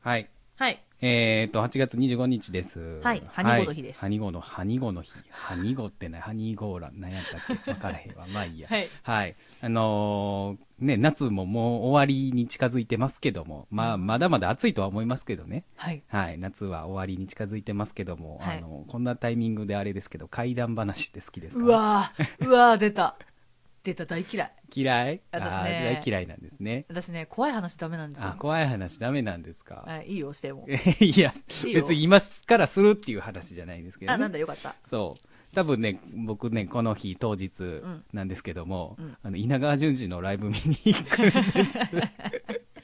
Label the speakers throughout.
Speaker 1: はい。
Speaker 2: はい。
Speaker 1: えー、と、8月25日です。
Speaker 2: はいハニゴの日です
Speaker 1: ハニゴの、ハニゴの日。ハニゴってない、ハニゴーラ、何やったっけわからへんわ。まあいいや。
Speaker 2: はい。
Speaker 1: あのーね、夏ももう終わりに近づいてますけども、まあ、まだまだ暑いとは思いますけどね。
Speaker 2: はい。
Speaker 1: はい。夏は終わりに近づいてますけども、
Speaker 2: はい
Speaker 1: あの、こんなタイミングであれですけど、怪談話って好きですか
Speaker 2: うわ ー、うわー、出た。出た、大嫌い。
Speaker 1: 嫌い
Speaker 2: 私ね
Speaker 1: あー大嫌いなんですね。
Speaker 2: 私ね、怖い話ダメなんです
Speaker 1: あ
Speaker 2: よ、。
Speaker 1: 怖い話ダメなんですか、
Speaker 2: はい、いいよ、して も。
Speaker 1: いや、
Speaker 2: いいよ
Speaker 1: 別に今からするっていう話じゃないんですけど、ね。
Speaker 2: あ、なんだ、よかった。
Speaker 1: そう。多分ね、僕ね、この日当日
Speaker 2: ん
Speaker 1: なんですけども、
Speaker 2: うん
Speaker 1: あの、稲川淳二のライブ見に行くん で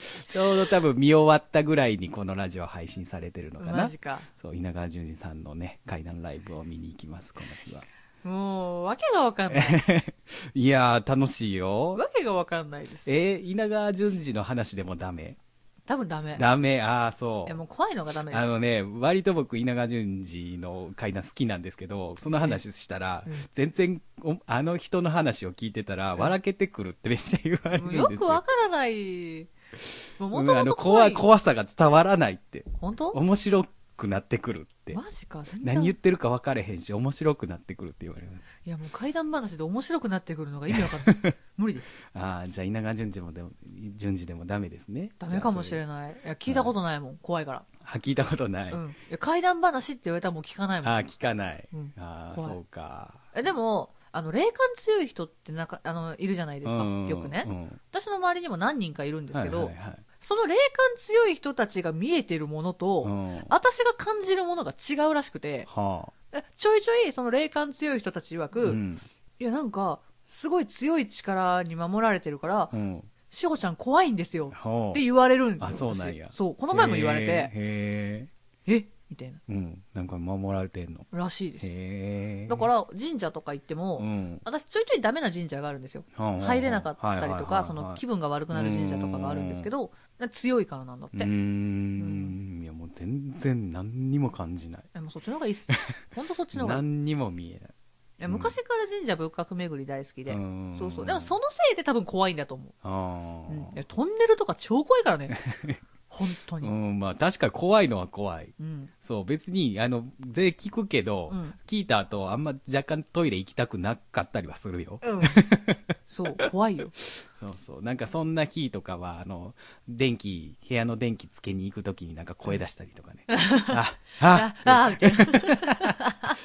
Speaker 1: す。ちょうど多分見終わったぐらいにこのラジオ配信されてるのか
Speaker 2: マ
Speaker 1: な
Speaker 2: ジ。か。
Speaker 1: そう、稲川淳二さんのね、怪談ライブを見に行きます、この日は。
Speaker 2: もう、わけがわかんない。
Speaker 1: いやー、楽しいよ。
Speaker 2: わけがわかんないです。
Speaker 1: えー稲川淳二の話でもダメ
Speaker 2: 多分ダメ。
Speaker 1: ダメ、ああ、そ
Speaker 2: いうや、。もう怖いのがダメです。
Speaker 1: あのね、割と僕、稲川淳二の階段好きなんですけど、その話したら、全然おあの人の話を聞いてたら、笑けてくるってめっちゃ言われる
Speaker 2: も
Speaker 1: ん
Speaker 2: う
Speaker 1: です
Speaker 2: よ
Speaker 1: よ。
Speaker 2: くわからない。もう
Speaker 1: う
Speaker 2: も
Speaker 1: ん
Speaker 2: と
Speaker 1: あ
Speaker 2: も
Speaker 1: の
Speaker 2: と
Speaker 1: 怖
Speaker 2: 怖
Speaker 1: い
Speaker 2: い。
Speaker 1: 怖さが伝わらないって、
Speaker 2: 本当
Speaker 1: 面白くなってくるって、
Speaker 2: マジか。全然
Speaker 1: 何言ってるか分かれへんし、面白くなってくるって言われる。
Speaker 2: いや、もう怪談話で面白くなってくるのが意味わかん ない。無理です。
Speaker 1: ああ、じゃあ稲川淳二もでも、淳二でもダメですね。
Speaker 2: ダメかもし
Speaker 1: ない。
Speaker 2: れない。いや、聞いたことないもん。怖いから。
Speaker 1: は聞いたことない。
Speaker 2: うん。いや、怪談話って言われたらもう聞かないもん
Speaker 1: あ。あ、聞かない。
Speaker 2: うん
Speaker 1: ああ、
Speaker 2: 怖い
Speaker 1: そうか。
Speaker 2: えでもあの霊感強い人ってなんかあのいるじゃないですか、
Speaker 1: うん
Speaker 2: よくね、
Speaker 1: うん
Speaker 2: 私の周りにも何人かいるんですけど、
Speaker 1: はいはいはい
Speaker 2: その霊感強い人たちが見えてるものと、
Speaker 1: うんは
Speaker 2: 私が感じるものが違うらしくて
Speaker 1: あ。
Speaker 2: えちょいちょいその霊感強い人たち曰く、
Speaker 1: うん
Speaker 2: いやなんかすごい強い力に守られてるから
Speaker 1: うん
Speaker 2: 志保ちゃん怖いんですよ
Speaker 1: ほ
Speaker 2: っ
Speaker 1: う
Speaker 2: て言われるんですよ
Speaker 1: あそう
Speaker 2: 私
Speaker 1: なんや
Speaker 2: そうこの前も言われ
Speaker 1: へ
Speaker 2: て
Speaker 1: え
Speaker 2: えみたいな
Speaker 1: へえうんなんか守られてんの
Speaker 2: らしいです
Speaker 1: へえ
Speaker 2: だから神社とか行っても、
Speaker 1: うん
Speaker 2: 私ちょいちょいダメな神社があるんですよ入れなかったりとか、その気
Speaker 1: 分
Speaker 2: 分が悪くなる神社とかがあるんですけど、強いからなんだっ
Speaker 1: うー
Speaker 2: て。
Speaker 1: んいやもう全然何にも感じない
Speaker 2: えもうそっちの方がいい っす。ほんとそっちの方がいい
Speaker 1: 何にも見えない
Speaker 2: え。昔から神社仏閣巡り大好きで。
Speaker 1: ん
Speaker 2: そうそう。でもそのせいで多分怖いんだと思
Speaker 1: あ
Speaker 2: う。うん
Speaker 1: ー
Speaker 2: いやトンネルとか超怖いか らね。本当
Speaker 1: う
Speaker 2: に。
Speaker 1: んまあ確かに怖いのは怖い
Speaker 2: うん。
Speaker 1: そう別にあの全然聞くけど、
Speaker 2: うん
Speaker 1: 聞いた後あんま若干トイレ行きたくなかったりはするよ
Speaker 2: うん。そう、怖いよ。
Speaker 1: そうそう。なんかそんな日とかは、あの、電気、部屋の電気つけに行くときになんか声出したりとかね。あ、あ
Speaker 2: あ、、あ、みたいな。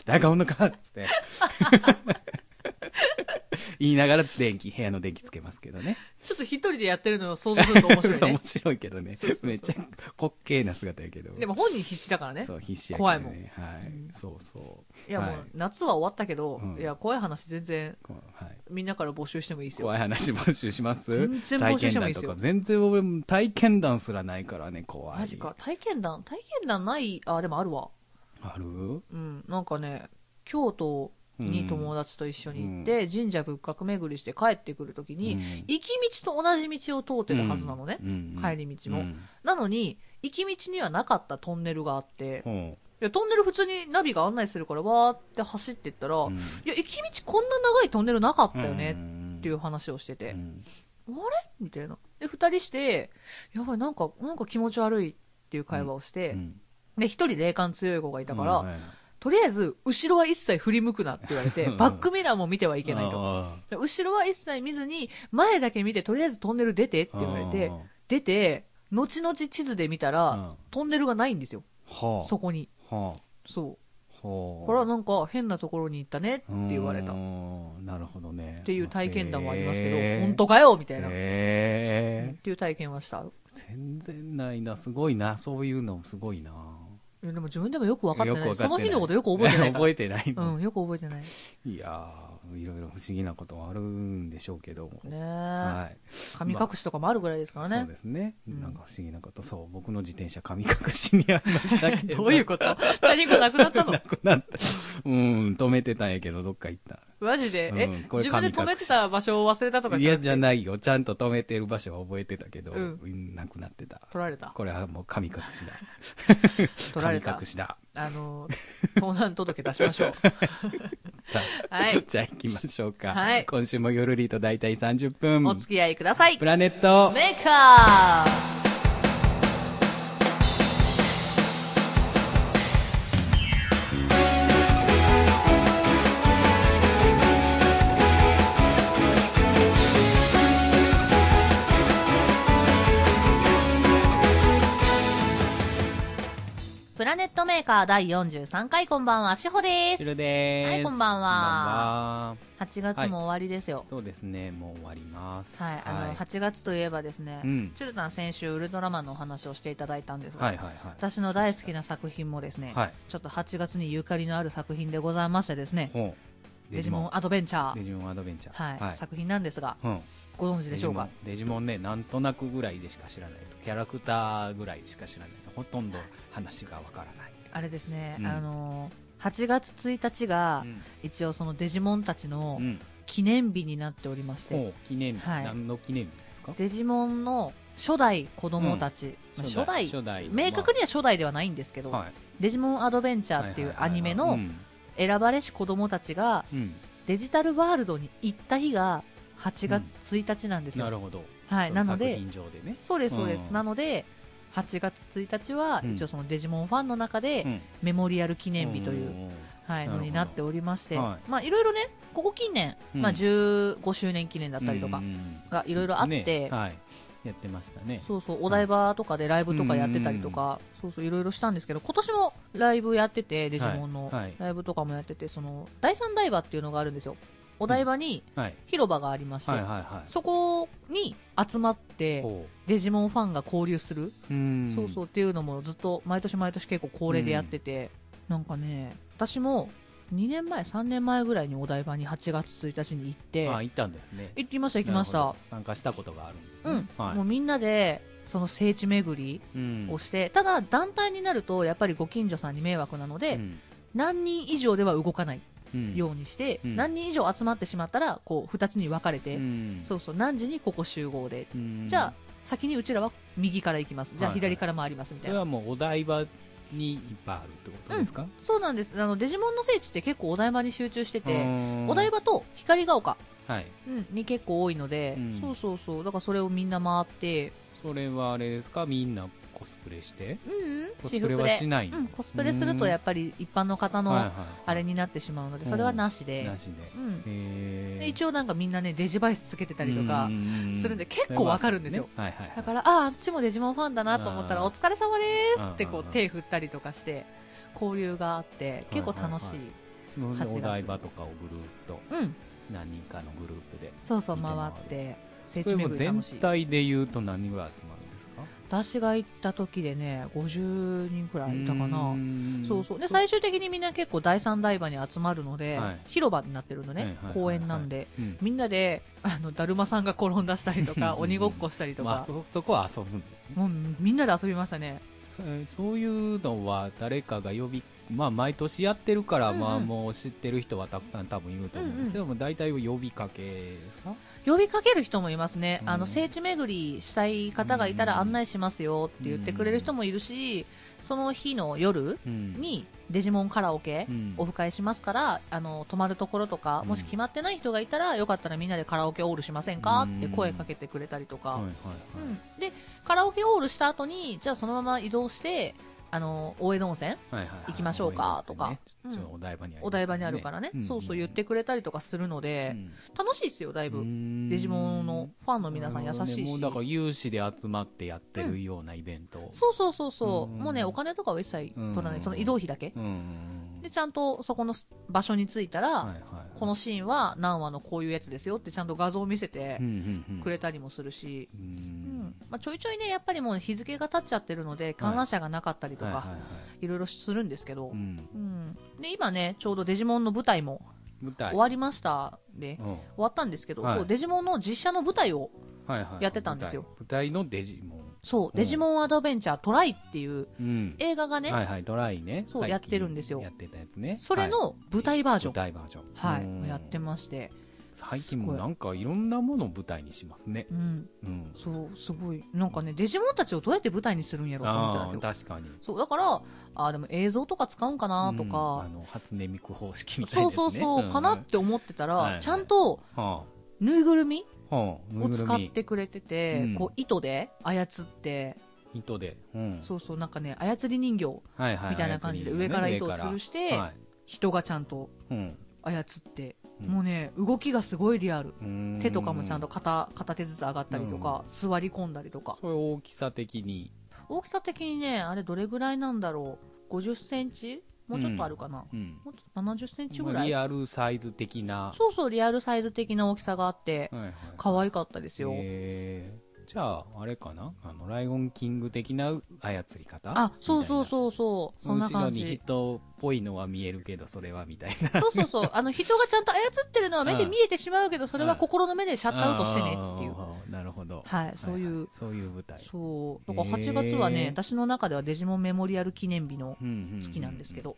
Speaker 1: 誰かおんのかっつって。 言いながら電気、部屋の電気つけますけどね。
Speaker 2: ちょっと一人でやってるのを想像すると面白い
Speaker 1: そう
Speaker 2: ね
Speaker 1: 面。白いけどね。めっちゃ滑稽な姿やけど。
Speaker 2: でも本人必死だからね。
Speaker 1: そう、必死やけど、
Speaker 2: 怖い
Speaker 1: ね。
Speaker 2: もん
Speaker 1: はい、
Speaker 2: うん
Speaker 1: そうそう。
Speaker 2: いやも
Speaker 1: は
Speaker 2: う夏は終わったけど
Speaker 1: うん、
Speaker 2: いや、怖い話全然
Speaker 1: こうはい
Speaker 2: みんなから募集してもいいですよ。
Speaker 1: 怖い話募集します
Speaker 2: 全然募集してもい
Speaker 1: 体験談
Speaker 2: いで
Speaker 1: と
Speaker 2: すよ
Speaker 1: か。全然俺も体験談すらないからね、怖い。
Speaker 2: マジか。体験談体験談ない、あ、でもあるわ。
Speaker 1: ある
Speaker 2: うん。なんかね、京都に友達と一緒に行って、神社仏閣巡りして帰ってくるときに、
Speaker 1: うん
Speaker 2: 行き道と同じ道を通ってるはずなのね。
Speaker 1: うん
Speaker 2: 帰り道も
Speaker 1: うん
Speaker 2: なのに、行き道にはなかったトンネルがあって、い
Speaker 1: ほ
Speaker 2: や、トンネル普通にナビが案内するから、わーって走ってったら、
Speaker 1: う
Speaker 2: いや、行き道こんな長いトンネルなかったよね、
Speaker 1: っ
Speaker 2: っていう話をしてて。
Speaker 1: ん
Speaker 2: みたいな。で、二人して、やばい、なんか、なんか気持ち悪いっていう会話をして、
Speaker 1: うん
Speaker 2: で、一人霊感強い子がいたから、
Speaker 1: うんはい
Speaker 2: とりあえず、後ろは一切振り向くなって言われて
Speaker 1: う、ん
Speaker 2: バックミラーも見てはいけないと。
Speaker 1: あ
Speaker 2: で後ろは一切見ずに、前だけ見て、とりあえずトンネル出てって
Speaker 1: ー
Speaker 2: 言われ
Speaker 1: あ
Speaker 2: て
Speaker 1: ー、
Speaker 2: 出て、後々地図で見たら
Speaker 1: うん、
Speaker 2: トンネルがないんですよ、
Speaker 1: はあ
Speaker 2: そこに。
Speaker 1: はあ
Speaker 2: そ
Speaker 1: は
Speaker 2: う。
Speaker 1: あ
Speaker 2: これはなんか変なところに行ったねって言われた。
Speaker 1: う
Speaker 2: っ
Speaker 1: ーんなるほどねって
Speaker 2: いう体験談もありますけど、本
Speaker 1: 本
Speaker 2: 当かよみたいな。っ
Speaker 1: え
Speaker 2: ていう体験はした。
Speaker 1: 全然ないなすごいなそういうのもすごいな
Speaker 2: えでも自分でもよく分かってな
Speaker 1: よ
Speaker 2: い。
Speaker 1: くわか
Speaker 2: その日のことよく覚えてないか
Speaker 1: 覚
Speaker 2: ら。
Speaker 1: えてないの
Speaker 2: うん、よく覚えてない。ね
Speaker 1: いやーいろいろ不思議なこともあるんでしょうけども
Speaker 2: え、
Speaker 1: はい
Speaker 2: 神隠しとかもあるぐらいですから
Speaker 1: そう
Speaker 2: ね。
Speaker 1: ですね、
Speaker 2: うん
Speaker 1: なんか不思議なことそう僕の自転車神隠しにありましたけど
Speaker 2: どういうことチャリンコなくなったの
Speaker 1: なくなったうん止めてたんやけどどっか行った
Speaker 2: マジで、
Speaker 1: う
Speaker 2: え
Speaker 1: ん、これ
Speaker 2: 自分で止めてた場所を忘れたとか
Speaker 1: い
Speaker 2: じゃな
Speaker 1: や
Speaker 2: くて
Speaker 1: じゃないよちゃんと止めてる場所は覚えてたけど、
Speaker 2: う
Speaker 1: うんん、なくなってた
Speaker 2: 取られた。
Speaker 1: これはもう神隠しだ
Speaker 2: 取られた
Speaker 1: 神隠しだ
Speaker 2: あの、盗難届出しましょ う。
Speaker 1: さあ、
Speaker 2: はい
Speaker 1: じゃあ行きましょうか、
Speaker 2: はい
Speaker 1: 今週もゆるりと大体30分
Speaker 2: お付き合いください
Speaker 1: プ。ラネット
Speaker 2: メーカープラネットメーカー第43回こんばんは、しほで
Speaker 1: ひ
Speaker 2: す。
Speaker 1: ろです。
Speaker 2: はいこんばん
Speaker 1: こんばん
Speaker 2: は
Speaker 1: は
Speaker 2: 8月も終わりですよ。
Speaker 1: そうですね、もう終わります。
Speaker 2: はい、あの、8月といえばですね、
Speaker 1: うん
Speaker 2: チュルタン先週ウルトラマンのお話をしていただいたんですが、
Speaker 1: はいはいは
Speaker 2: 私の大好きな作品もですね、
Speaker 1: い。はい。
Speaker 2: ちょっと8月にゆかりのある作品でございましてですね、
Speaker 1: ほう。
Speaker 2: デジモンアドベンチャ
Speaker 1: デ
Speaker 2: ー、
Speaker 1: ジモンアドベンチャー。
Speaker 2: はい作品なんですが、
Speaker 1: うん。
Speaker 2: ご存知でしょうか
Speaker 1: デジモンデジモンね、なんとなくぐらいでしか知らないです。キャラクターぐらいしか知らないです。ほとんど話がわからない。
Speaker 2: あれですね、
Speaker 1: うん
Speaker 2: あのー8月1日が、一応そのデジモンたちの
Speaker 1: うん。
Speaker 2: 記念日になっておりまして、
Speaker 1: ほう、記念日。
Speaker 2: はい
Speaker 1: 何の記念日ですか
Speaker 2: デジモンの初代子供たち、まあ初代
Speaker 1: 初代。
Speaker 2: 明確には初代ではないんですけど、
Speaker 1: はい。
Speaker 2: デジモンアドベンチャーっていうアニメ
Speaker 1: は
Speaker 2: の
Speaker 1: いはいはいはい
Speaker 2: 選ばれし子供たちが
Speaker 1: うんうん
Speaker 2: デジタルワールドに行った日が8月1日なんですよ。
Speaker 1: なるほど。
Speaker 2: はい、なの
Speaker 1: そ
Speaker 2: で、
Speaker 1: 作品上でね。
Speaker 2: そうです、そうです。
Speaker 1: うん
Speaker 2: なので、8月1日は、
Speaker 1: うん
Speaker 2: 一応そのデジモンファンの中で、
Speaker 1: うん
Speaker 2: メモリアル記念日という、
Speaker 1: ん
Speaker 2: は
Speaker 1: なる
Speaker 2: い、
Speaker 1: ほ
Speaker 2: の
Speaker 1: ど
Speaker 2: になっておりまして、
Speaker 1: はい
Speaker 2: まあ、いろいろね、ここ近年、
Speaker 1: うん
Speaker 2: まあ、15周年記念だ
Speaker 1: だ
Speaker 2: ったりとか
Speaker 1: い
Speaker 2: がいろいろあって、
Speaker 1: はい、やってましたね。
Speaker 2: そうそう、お台場とかでライブとかやってたりとか、そうそう、いろいろしたんですけど、今年もライブやってて、デジモンの、
Speaker 1: はいはい
Speaker 2: ライブとかもやってて、その、第三台場っていうのがあるんですよ。お台場に
Speaker 1: はい、
Speaker 2: 広場がありまして、
Speaker 1: はい、はいはい。
Speaker 2: そこに集まって、
Speaker 1: ほ
Speaker 2: デジモンファンが交流する、
Speaker 1: ううん
Speaker 2: そうそうっていうのもずっと毎年毎年結構恒例でやってて、なんかね、私も2年前、3年前ぐらいにお台場に8月1日に行って、
Speaker 1: あ、行ったんですね。
Speaker 2: 行きました、行きま
Speaker 1: なる
Speaker 2: した
Speaker 1: ほ。ど。参加したことがあるんです
Speaker 2: う
Speaker 1: ね
Speaker 2: ん。、
Speaker 1: はい
Speaker 2: もうみんなで、その聖地巡り、
Speaker 1: うん
Speaker 2: をして、ただ団体になるとやっぱりご近所さんに迷惑なので、何人以上では動かない
Speaker 1: うん
Speaker 2: ようにして、
Speaker 1: うん
Speaker 2: 何人以上集まってしまったらこう2つに分かれて、
Speaker 1: うん
Speaker 2: そうそう何時にここ集合で、
Speaker 1: うん
Speaker 2: じゃあ先にうちらは右から行きますじゃあ
Speaker 1: はいはい
Speaker 2: 左から回りますみ
Speaker 1: そ
Speaker 2: たい
Speaker 1: れ
Speaker 2: な、
Speaker 1: はもうお台場にいっぱいあるってことですか
Speaker 2: そうなんですあのデジモンの聖地って結構お台場に集中してて、お
Speaker 1: お
Speaker 2: 台場と光が丘、
Speaker 1: はい。
Speaker 2: うん、に結構多いので、
Speaker 1: うん
Speaker 2: そうそうそうだからそれをみんな回って
Speaker 1: それはあれですかみんなコスプレして
Speaker 2: うんうん
Speaker 1: コスプレはしないの
Speaker 2: うん、コスプレするとやっぱり一般の方
Speaker 1: はいは
Speaker 2: の
Speaker 1: い
Speaker 2: あれになってしまうので、それはなしで、
Speaker 1: なしで。
Speaker 2: うん、
Speaker 1: へ
Speaker 2: で
Speaker 1: ー
Speaker 2: 一応なんかみんなねデジバイスつけてたりとか、するんで結構わかるんですよ。
Speaker 1: うんうんうんはいはいはい。
Speaker 2: だからあーあっちもデジモンファンだなと思ったら
Speaker 1: あー
Speaker 2: お疲れ様ですってこ
Speaker 1: うんうんう
Speaker 2: うん手振ったりとかして交流があって結構楽しい、
Speaker 1: はいうん
Speaker 2: 8月
Speaker 1: お台場とかをグループと
Speaker 2: うん
Speaker 1: 何人かのグループで
Speaker 2: そうそう
Speaker 1: 見て
Speaker 2: 回
Speaker 1: 回る
Speaker 2: って聖
Speaker 1: そ
Speaker 2: 地
Speaker 1: れも
Speaker 2: 巡り楽
Speaker 1: 全
Speaker 2: しい
Speaker 1: 体で言うと何ぐらい集まるんですか
Speaker 2: 私が行った時でね50人くらいいたかな
Speaker 1: な
Speaker 2: そうそうで最終的にみんな結構第三台場に集まるので、
Speaker 1: はい
Speaker 2: 広場になってるのね、
Speaker 1: はいはいはいはい
Speaker 2: 公園なんで、
Speaker 1: うん
Speaker 2: みんなであのだるまさんが転んだしたりとか鬼ごっこしたりとか、
Speaker 1: まあそそこは遊ぶんですね
Speaker 2: もうみんなで遊びましたね
Speaker 1: そそういうのは誰かが呼びまあ毎年やってるから、
Speaker 2: うんうん
Speaker 1: まあもう知ってる人はたくさん多分いると思うんですけど、も大体呼びかけですか
Speaker 2: 呼びかける人もいますね、
Speaker 1: うん
Speaker 2: あの聖地巡りしたい方がいたら案内しますよって言ってくれる人もいるし、その日の夜
Speaker 1: うん
Speaker 2: にデジモンカラオケ
Speaker 1: うん
Speaker 2: オフ会しますから、あの泊まるところとか、
Speaker 1: うん
Speaker 2: もし決まってない人がいたら、よかったらみんなでカラオケオールしませんか
Speaker 1: うん
Speaker 2: って声かけてくれたりとか、
Speaker 1: はいは
Speaker 2: う
Speaker 1: いはい、
Speaker 2: んでカラオケオールした後に、じゃあそのまま移動して、あの大江戸温泉、
Speaker 1: はいはいはい
Speaker 2: 行きましょうかとか
Speaker 1: 思い出すねちょっ
Speaker 2: う
Speaker 1: と
Speaker 2: ん
Speaker 1: お台場にありますね
Speaker 2: お台場にあるからね、そうそう言ってくれたりとかするので、楽しいですよ、だいぶ。デ
Speaker 1: デ
Speaker 2: ジモンのファンの皆さん優しい
Speaker 1: もう
Speaker 2: し。
Speaker 1: だから有志で集まってやってるようなイベント。
Speaker 2: そうそうそうそう。
Speaker 1: うん
Speaker 2: もうね、お金とかは一切取らな
Speaker 1: う
Speaker 2: い。
Speaker 1: ん
Speaker 2: その移動費だけ。
Speaker 1: うん。
Speaker 2: で、ちゃんとそこの場所に着いたら、
Speaker 1: はいはい。
Speaker 2: このシーンは何話のこういうやつですよってちゃんと画像を見せて
Speaker 1: うんうんうん
Speaker 2: くれたりもするし、
Speaker 1: う
Speaker 2: うん
Speaker 1: ん。
Speaker 2: まあ、ちょいちょいね、やっぱりもう日付が経っちゃってるので、観覧車がなかったりと
Speaker 1: はいはい
Speaker 2: か、
Speaker 1: はい
Speaker 2: いろいろするんですけど、
Speaker 1: うん
Speaker 2: うんで、今ね、ちょうどデジモンの舞台も
Speaker 1: 舞台。
Speaker 2: 終わりましたで、
Speaker 1: うん
Speaker 2: 終わったんですけど、
Speaker 1: はい
Speaker 2: そう、デジモンの実写の舞台を、
Speaker 1: はいはい
Speaker 2: やってたんですよ。
Speaker 1: 舞台舞台のデジモン。
Speaker 2: そう、
Speaker 1: うん
Speaker 2: デジモンアドベンチャートライっていう
Speaker 1: うん。
Speaker 2: 映画がね、
Speaker 1: はいはい、ドライね。
Speaker 2: そう
Speaker 1: 最近
Speaker 2: やってるんですよ
Speaker 1: やってたやつね。
Speaker 2: それ
Speaker 1: はい
Speaker 2: の舞台バージョ
Speaker 1: 舞
Speaker 2: ン、
Speaker 1: 台バージョン。
Speaker 2: はい
Speaker 1: うん
Speaker 2: やってまして、
Speaker 1: 最近もなんかいろんなものを舞台にしますね。
Speaker 2: うん、
Speaker 1: うん。
Speaker 2: そう、すごい、なんかね、デジモンたちをどうやって舞台にするんやろうと思ってた
Speaker 1: あ
Speaker 2: ん
Speaker 1: あ、
Speaker 2: ですよ。
Speaker 1: 確かに。
Speaker 2: そうだから、あーでも映像とか使うんかなと
Speaker 1: うんあ
Speaker 2: か、
Speaker 1: の、初音ミク方式みたい
Speaker 2: そ
Speaker 1: で
Speaker 2: う
Speaker 1: すね。
Speaker 2: そうそう、かな
Speaker 1: は
Speaker 2: って思ってたら、
Speaker 1: はいはい
Speaker 2: ちゃんと
Speaker 1: あ。
Speaker 2: ぬいぐるみ
Speaker 1: はあ、ぬ
Speaker 2: を
Speaker 1: いぐる
Speaker 2: 使っ
Speaker 1: み
Speaker 2: てくれてて、
Speaker 1: うん
Speaker 2: こう糸で操って、
Speaker 1: 糸で、うん、
Speaker 2: そうそう、なんかね、操り人形
Speaker 1: はいは
Speaker 2: みたいな感じで上から糸を吊る
Speaker 1: し
Speaker 2: して、
Speaker 1: はい
Speaker 2: 人がちゃんと
Speaker 1: うん
Speaker 2: 操って、
Speaker 1: うん
Speaker 2: もうね、動きがすごいリアル。
Speaker 1: うーん
Speaker 2: 手とかもちゃんと片片手ずつ上がったりとか、座り込んだりとか
Speaker 1: それ大きさ的に
Speaker 2: 大きさ的にねあれどれぐらいなんだろう50センチもうちょっとあるかな、
Speaker 1: うん。
Speaker 2: もうちょっと70センチぐ
Speaker 1: まあ
Speaker 2: らい、
Speaker 1: リアルサイズ的な。
Speaker 2: そうそうリアルサイズ的な大きさがあって
Speaker 1: はいはい。
Speaker 2: 可愛かったですよ、
Speaker 1: えーじゃあ、あれかなあの、ライオンキング的な操り方
Speaker 2: あそうそう
Speaker 1: う。
Speaker 2: そうそうそんな
Speaker 1: 後ろ
Speaker 2: 感
Speaker 1: に
Speaker 2: じ
Speaker 1: 人っぽいのは見えるけど、それはみたい な。
Speaker 2: そうそ うそうあの人がちゃんと操ってるのは目で見えてしまうけどそれは心の目でシャットアウトしてねっていう
Speaker 1: あー。なるほど。
Speaker 2: はいそういう、
Speaker 1: ははそういう舞台。
Speaker 2: そうだから8
Speaker 1: へ
Speaker 2: 月
Speaker 1: ー
Speaker 2: はね、私の中ではデジモンメモリアル記念日の、
Speaker 1: 好
Speaker 2: 好きなんですけど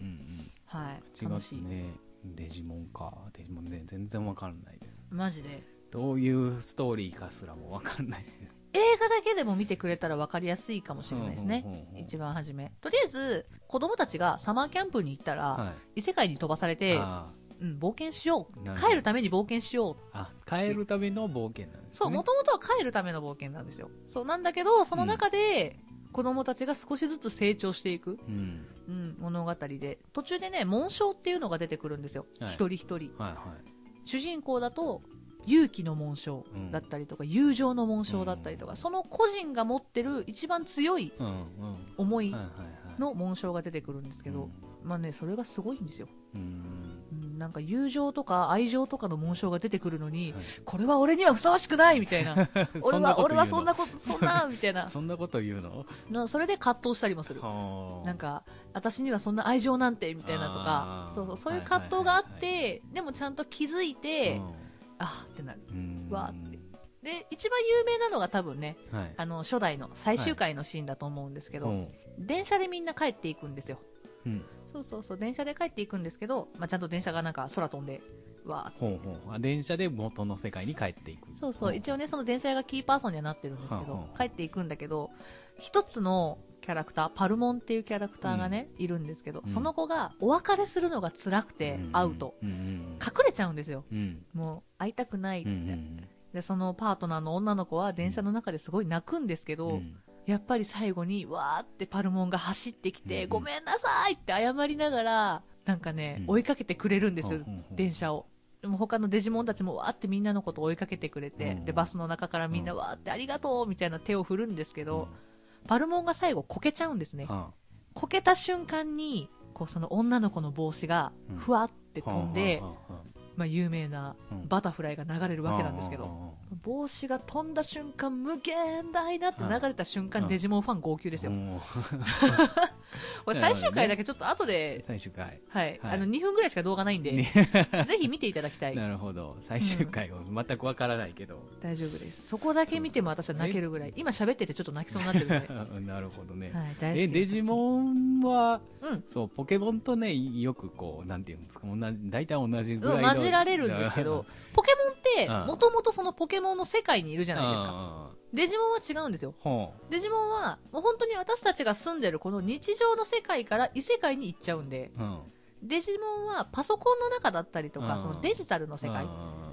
Speaker 2: はい、
Speaker 1: 違
Speaker 2: 楽
Speaker 1: 月
Speaker 2: しい、
Speaker 1: ねデジモンかデジモンね全然わかんないです
Speaker 2: マジで
Speaker 1: どういうストーリーかすらもわかんないです
Speaker 2: 映画だけでも見てくれたら分かりやすいかもしれないですね、
Speaker 1: うんうんうんうん
Speaker 2: 一番初めとりあえず子供たちがサマーキャンプに行ったら、
Speaker 1: は
Speaker 2: 異世界に飛ばされ
Speaker 1: い
Speaker 2: て、
Speaker 1: あ
Speaker 2: うん、冒険しよ
Speaker 1: なる
Speaker 2: う
Speaker 1: ほど
Speaker 2: 帰るために冒険しよう
Speaker 1: ーあ変えるための冒険なんですね
Speaker 2: そうもともとは帰るための冒険なんですよそうなんだけどその中で子供たちが少しずつ成長していく、
Speaker 1: うん
Speaker 2: うん、物語で途中でね紋章っていうのが出てくるんですよ、
Speaker 1: はい
Speaker 2: 一人一人
Speaker 1: はいはい
Speaker 2: 主人公だと勇気の紋章だったりとか、友情の紋章だったりとか、その個人が持ってる一番強い
Speaker 1: うんうん
Speaker 2: 思い
Speaker 1: はいはいはい
Speaker 2: の紋章が出てくるんですけど、まあねそれがすごいんですよ、
Speaker 1: うんうん
Speaker 2: うん、なんか友情とか愛情とかの紋章が出てくるのに、
Speaker 1: はい
Speaker 2: これは俺にはふさわしくないみたいな 俺
Speaker 1: そんな
Speaker 2: は
Speaker 1: こと言う
Speaker 2: 俺
Speaker 1: の
Speaker 2: はそんなことそんなみたいな
Speaker 1: そんなこと言うの
Speaker 2: のそれで葛藤したりもするなん
Speaker 1: か
Speaker 2: か私にはそんな愛情なんてみたいなと
Speaker 1: あ
Speaker 2: か
Speaker 1: ー
Speaker 2: そうそうそういう葛藤があって、
Speaker 1: はいは
Speaker 2: でもちゃんと気づいて、あーってなる
Speaker 1: うん
Speaker 2: わーで一番有名なのが多分ね
Speaker 1: はい
Speaker 2: あの初代の最終回のシーンだと思うんですけど、
Speaker 1: うん
Speaker 2: 電車でみんな帰っていくんですよ
Speaker 1: うん
Speaker 2: そうそうそう電車で帰っていくんですけど、まあ、ちゃんと電車がなんか空飛んでわーって
Speaker 1: ほうほうあ電車で元の世界に帰っていく
Speaker 2: そうそう一応
Speaker 1: ね
Speaker 2: ねその電車がキーパーソンにはなってるんですけ
Speaker 1: はあ
Speaker 2: ど
Speaker 1: はあ
Speaker 2: 帰っていくんだけど一つのキャラクターパルモンっていうキャラクターがね、いるんですけど、
Speaker 1: うん
Speaker 2: その子がお別れするのが辛くて会うと、隠れちゃうんですよ
Speaker 1: うん
Speaker 2: もう会いたくないって、
Speaker 1: うんうん
Speaker 2: でそのパートナーの女の子は電車の中ですごい泣くんですけど、
Speaker 1: うん
Speaker 2: やっぱり最後にわーってパルモンが走ってき
Speaker 1: う
Speaker 2: て、
Speaker 1: ん
Speaker 2: ごめんなさいって謝りながらなんかね、
Speaker 1: うん
Speaker 2: 追いかけてくれるんですよ、
Speaker 1: ほうほうほう
Speaker 2: 電車を。でも他のデジモンたちもわーってみんなのことを追いかけてくれて、
Speaker 1: うん
Speaker 2: でバスの中からみんなわーってありがとうみたいな手を振るんですけど、パルモンが最後こけちゃうんですね
Speaker 1: う。ん
Speaker 2: こけた瞬間に、こうその女の子の帽子が
Speaker 1: うん
Speaker 2: ふわって飛んで、
Speaker 1: はあは
Speaker 2: まあ有名な
Speaker 1: あはあ
Speaker 2: バタフライが流れるわけなんですけ
Speaker 1: う
Speaker 2: ど、
Speaker 1: ん
Speaker 2: 帽子が飛んだ瞬間無限大だって流れた瞬間
Speaker 1: う
Speaker 2: に
Speaker 1: ん
Speaker 2: デジモンファン号泣ですよ。
Speaker 1: うん
Speaker 2: これ最終回だけちょっと後で、
Speaker 1: 最終回
Speaker 2: はい、
Speaker 1: はい
Speaker 2: あの2分ぐらいしか動画ないんで、
Speaker 1: ね
Speaker 2: ぜひ見ていただきたい。
Speaker 1: なるほど最終回を全くわからないけど
Speaker 2: 大丈夫ですそこだけ見ても私は泣けるぐらい今喋っててちょっと泣きそうになってるぐら い
Speaker 1: なるほどね
Speaker 2: はい大好き
Speaker 1: えデジモンは
Speaker 2: うん
Speaker 1: そうポケモンとねよくこうなんていうんですか同じ大体同じぐらいの
Speaker 2: 混じられる んですけどポケモン
Speaker 1: う
Speaker 2: って
Speaker 1: ん
Speaker 2: もともとそのポケモンの世界にいるじ
Speaker 1: じ
Speaker 2: ゃないですか
Speaker 1: か
Speaker 2: デジモンは違うんですよ
Speaker 1: ほ
Speaker 2: デジモンはもう本当に私たちが住んでるこの日常の世界から異世界に行っちゃうんで
Speaker 1: ううん
Speaker 2: デジモンはパソコンの中だったりと
Speaker 1: う
Speaker 2: か
Speaker 1: ん
Speaker 2: そのデジタルの世界
Speaker 1: うんうんうん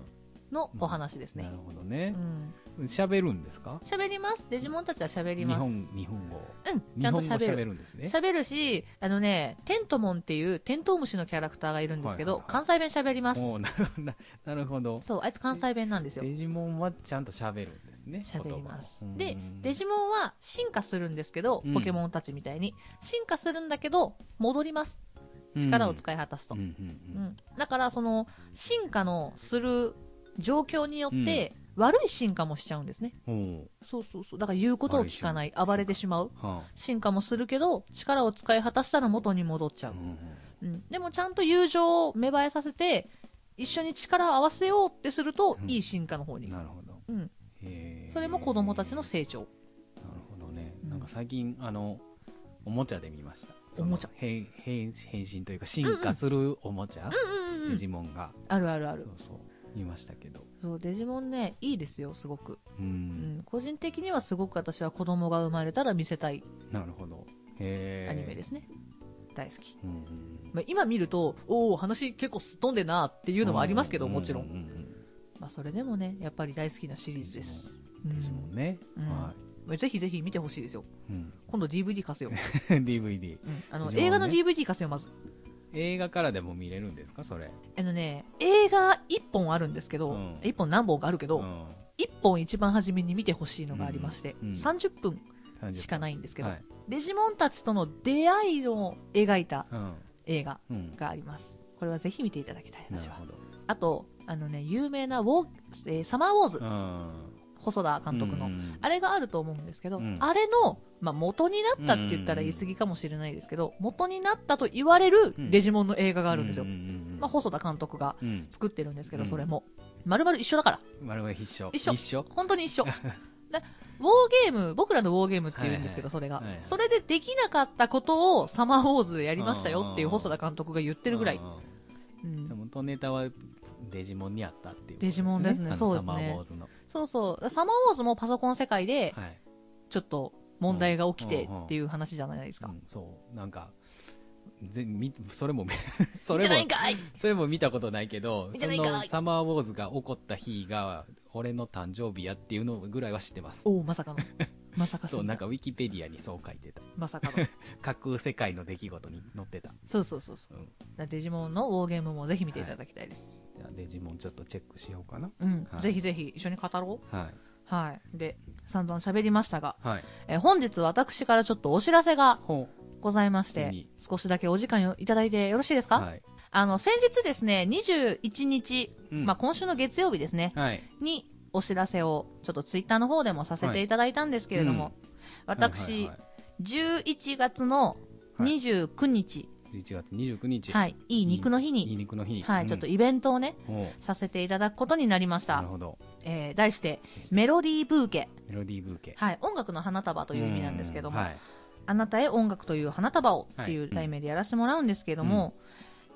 Speaker 2: のお話です
Speaker 1: な
Speaker 2: ね
Speaker 1: るほどね
Speaker 2: うん
Speaker 1: 喋るんですか
Speaker 2: 喋りますデジモンたちは喋り
Speaker 1: 日
Speaker 2: ます
Speaker 1: 本日本語
Speaker 2: うん
Speaker 1: 日
Speaker 2: ちゃん
Speaker 1: 本
Speaker 2: と
Speaker 1: 語
Speaker 2: 喋る
Speaker 1: 喋るんですね
Speaker 2: 喋るし、あのね、テントモンっていうテントウムシのキャラクターがいるんですけど、
Speaker 1: はいはいはい
Speaker 2: 関西弁喋ります。
Speaker 1: おーなるななるほど
Speaker 2: そう、あいつ関西弁なんですよ。
Speaker 1: デジモンはちゃんと喋るんですね
Speaker 2: 喋ります
Speaker 1: 言葉を。
Speaker 2: で
Speaker 1: う、ん
Speaker 2: デジモンは進化するんですけど、
Speaker 1: うん
Speaker 2: ポケモンたちみたいに。進化するんだけど、戻ります。力を使い果たすと。
Speaker 1: う
Speaker 2: うんん
Speaker 1: うんうん
Speaker 2: だから、その、進化のする状況によって、悪い進化もしちゃうんですね。
Speaker 1: おう
Speaker 2: そうそうそう。だから言うことを聞かない。
Speaker 1: 悪い進化
Speaker 2: 暴れてしまう。
Speaker 1: は
Speaker 2: 進化もするけど、力を使い果たしたら元に戻っちゃ
Speaker 1: あ
Speaker 2: う
Speaker 1: う。ん
Speaker 2: うん、でもちゃんと友情を芽生えさせて一緒に力を合わせようってすると、
Speaker 1: うん
Speaker 2: いい進化の方
Speaker 1: うん
Speaker 2: に、
Speaker 1: なるほど
Speaker 2: うん、
Speaker 1: へー
Speaker 2: それも子供たちの成長
Speaker 1: なるほどね
Speaker 2: うん
Speaker 1: なんか最近あのおもちゃで見ました
Speaker 2: おもちゃ
Speaker 1: その変変変身というか進化するおもちゃ
Speaker 2: うんうんう
Speaker 1: デ
Speaker 2: ん
Speaker 1: ジモンが
Speaker 2: あるあるあ
Speaker 1: そう
Speaker 2: る
Speaker 1: そう見ましたけど
Speaker 2: そうデジモンねいいですよすごく、
Speaker 1: う
Speaker 2: うんん、個人的にはすごく私は子供が生まれたら見せたい
Speaker 1: なるほどへ
Speaker 2: アニメですすね、大好き、
Speaker 1: うんうん
Speaker 2: まあ、今見るとおお話結構すっ飛んでんなっていうのもありますけど、
Speaker 1: う
Speaker 2: もちろん、
Speaker 1: ううん
Speaker 2: まあ、それでもねやっぱり大好きなシリーズです、う
Speaker 1: デジモン
Speaker 2: ん
Speaker 1: ね
Speaker 2: うん
Speaker 1: は
Speaker 2: まあ、ぜひぜひ見てほしいですよ
Speaker 1: いうん
Speaker 2: 今度 DVD 貸すよ、
Speaker 1: DVD
Speaker 2: うんあ
Speaker 1: デ
Speaker 2: の
Speaker 1: ジモンね
Speaker 2: 映画の DVD 貸すよまず
Speaker 1: 映画からでも見れるんですかそれ
Speaker 2: あのね、映画1本あるんですけど、
Speaker 1: うん
Speaker 2: 1本何本かあるけど、
Speaker 1: ん
Speaker 2: 1本一番初めに見てほしいのがありまして、
Speaker 1: うんうん
Speaker 2: 30分
Speaker 1: 30
Speaker 2: しかないんですけど、
Speaker 1: はい
Speaker 2: デジモンたちとの出会いを描いた
Speaker 1: うん。
Speaker 2: 映画
Speaker 1: うん。
Speaker 2: があります。これはぜひ見ていただきたい、
Speaker 1: な
Speaker 2: 私
Speaker 1: る
Speaker 2: は
Speaker 1: ほ。ど。
Speaker 2: あと、あのね、有名なウォー、えーサマーウォーズ
Speaker 1: う、ん。
Speaker 2: 細田監督の、
Speaker 1: うん
Speaker 2: あれがあると思うんですけど、
Speaker 1: うん
Speaker 2: あれの、まあ、元になったって言ったら言い過ぎかもしれないですけど、元になったと言われるデジモンの映画があるんですよ。
Speaker 1: ううん
Speaker 2: まあ、細田監督が
Speaker 1: うん。
Speaker 2: 作ってるんですけど、
Speaker 1: うん
Speaker 2: それも。丸々一緒だから。
Speaker 1: 我々必勝。
Speaker 2: 一緒
Speaker 1: 一緒
Speaker 2: 本当に 一緒。でウォーゲーム、僕らのウォーゲームって言うんですけど、それが
Speaker 1: はいはい。
Speaker 2: それでできなかったことをサマーウォーズでやりましたよっていう細田監督が言ってるぐらい。
Speaker 1: うん
Speaker 2: うん
Speaker 1: でも元ネタはデジモンにあったっていうこと、
Speaker 2: デジモンですね
Speaker 1: あの
Speaker 2: そうですね
Speaker 1: サマーウォーズの。
Speaker 2: そうそう。サマーウォーズもパソコン世界で、
Speaker 1: はい。
Speaker 2: ちょっと問題が起きてっていう話じゃないです
Speaker 1: う
Speaker 2: か。
Speaker 1: ん、そう。なんか、ぜみそれも、そ
Speaker 2: 見
Speaker 1: れ
Speaker 2: て
Speaker 1: も
Speaker 2: ない、んかい
Speaker 1: それも見たことないけど、
Speaker 2: 見て
Speaker 1: そ
Speaker 2: ないんかい
Speaker 1: のサマーウォーズが起こった日が、俺の誕生日やっていうのぐらいは知ってます。
Speaker 2: おお、ま さかの。まさか
Speaker 1: そう、
Speaker 2: すぎ
Speaker 1: なん
Speaker 2: た
Speaker 1: かウィキペディアにそう書いてた。
Speaker 2: まさかの。
Speaker 1: 架空世界の出来事に載ってた。
Speaker 2: そうそうそうそう。
Speaker 1: うん
Speaker 2: だからデジモンのウォーゲームもぜひ見ていただきたいです。
Speaker 1: じゃあデジモンちょっとチェックしようかな。
Speaker 2: うん、
Speaker 1: はい
Speaker 2: ぜひぜひ一緒に語ろう。
Speaker 1: はい。
Speaker 2: はい。で、散々喋りましたが、
Speaker 1: はい。
Speaker 2: えー本日私からちょっとお知らせが
Speaker 1: ほ
Speaker 2: ございまし
Speaker 1: 急
Speaker 2: て
Speaker 1: に、
Speaker 2: 少しだけお時間をいただいてよろしいです
Speaker 1: う。
Speaker 2: か、
Speaker 1: はい。
Speaker 2: あの、先日ですね、21日、
Speaker 1: うん
Speaker 2: まあ、今週の月曜日ですね、
Speaker 1: はい。
Speaker 2: にお知らせを、ちょっとツイッターの方でもさせていただいたんですけれども、
Speaker 1: はい
Speaker 2: 私、
Speaker 1: はいはいは
Speaker 2: 11月の29日、
Speaker 1: い11月29日。
Speaker 2: はい、い、い肉の日
Speaker 1: いい
Speaker 2: に、
Speaker 1: 肉の日に。
Speaker 2: はい、
Speaker 1: うん
Speaker 2: ちょっとイベントをね、
Speaker 1: ほう
Speaker 2: させていただくことになりまし
Speaker 1: な
Speaker 2: た
Speaker 1: る。ほど。
Speaker 2: えー、題して、メロディーブーケ。
Speaker 1: メロディーブーケ。
Speaker 2: はい、音楽の花束と
Speaker 1: と
Speaker 2: いう意味なんですけども、
Speaker 1: はい。
Speaker 2: あなたへ音楽という花束をっていう題名でやらせてもらうんですけども、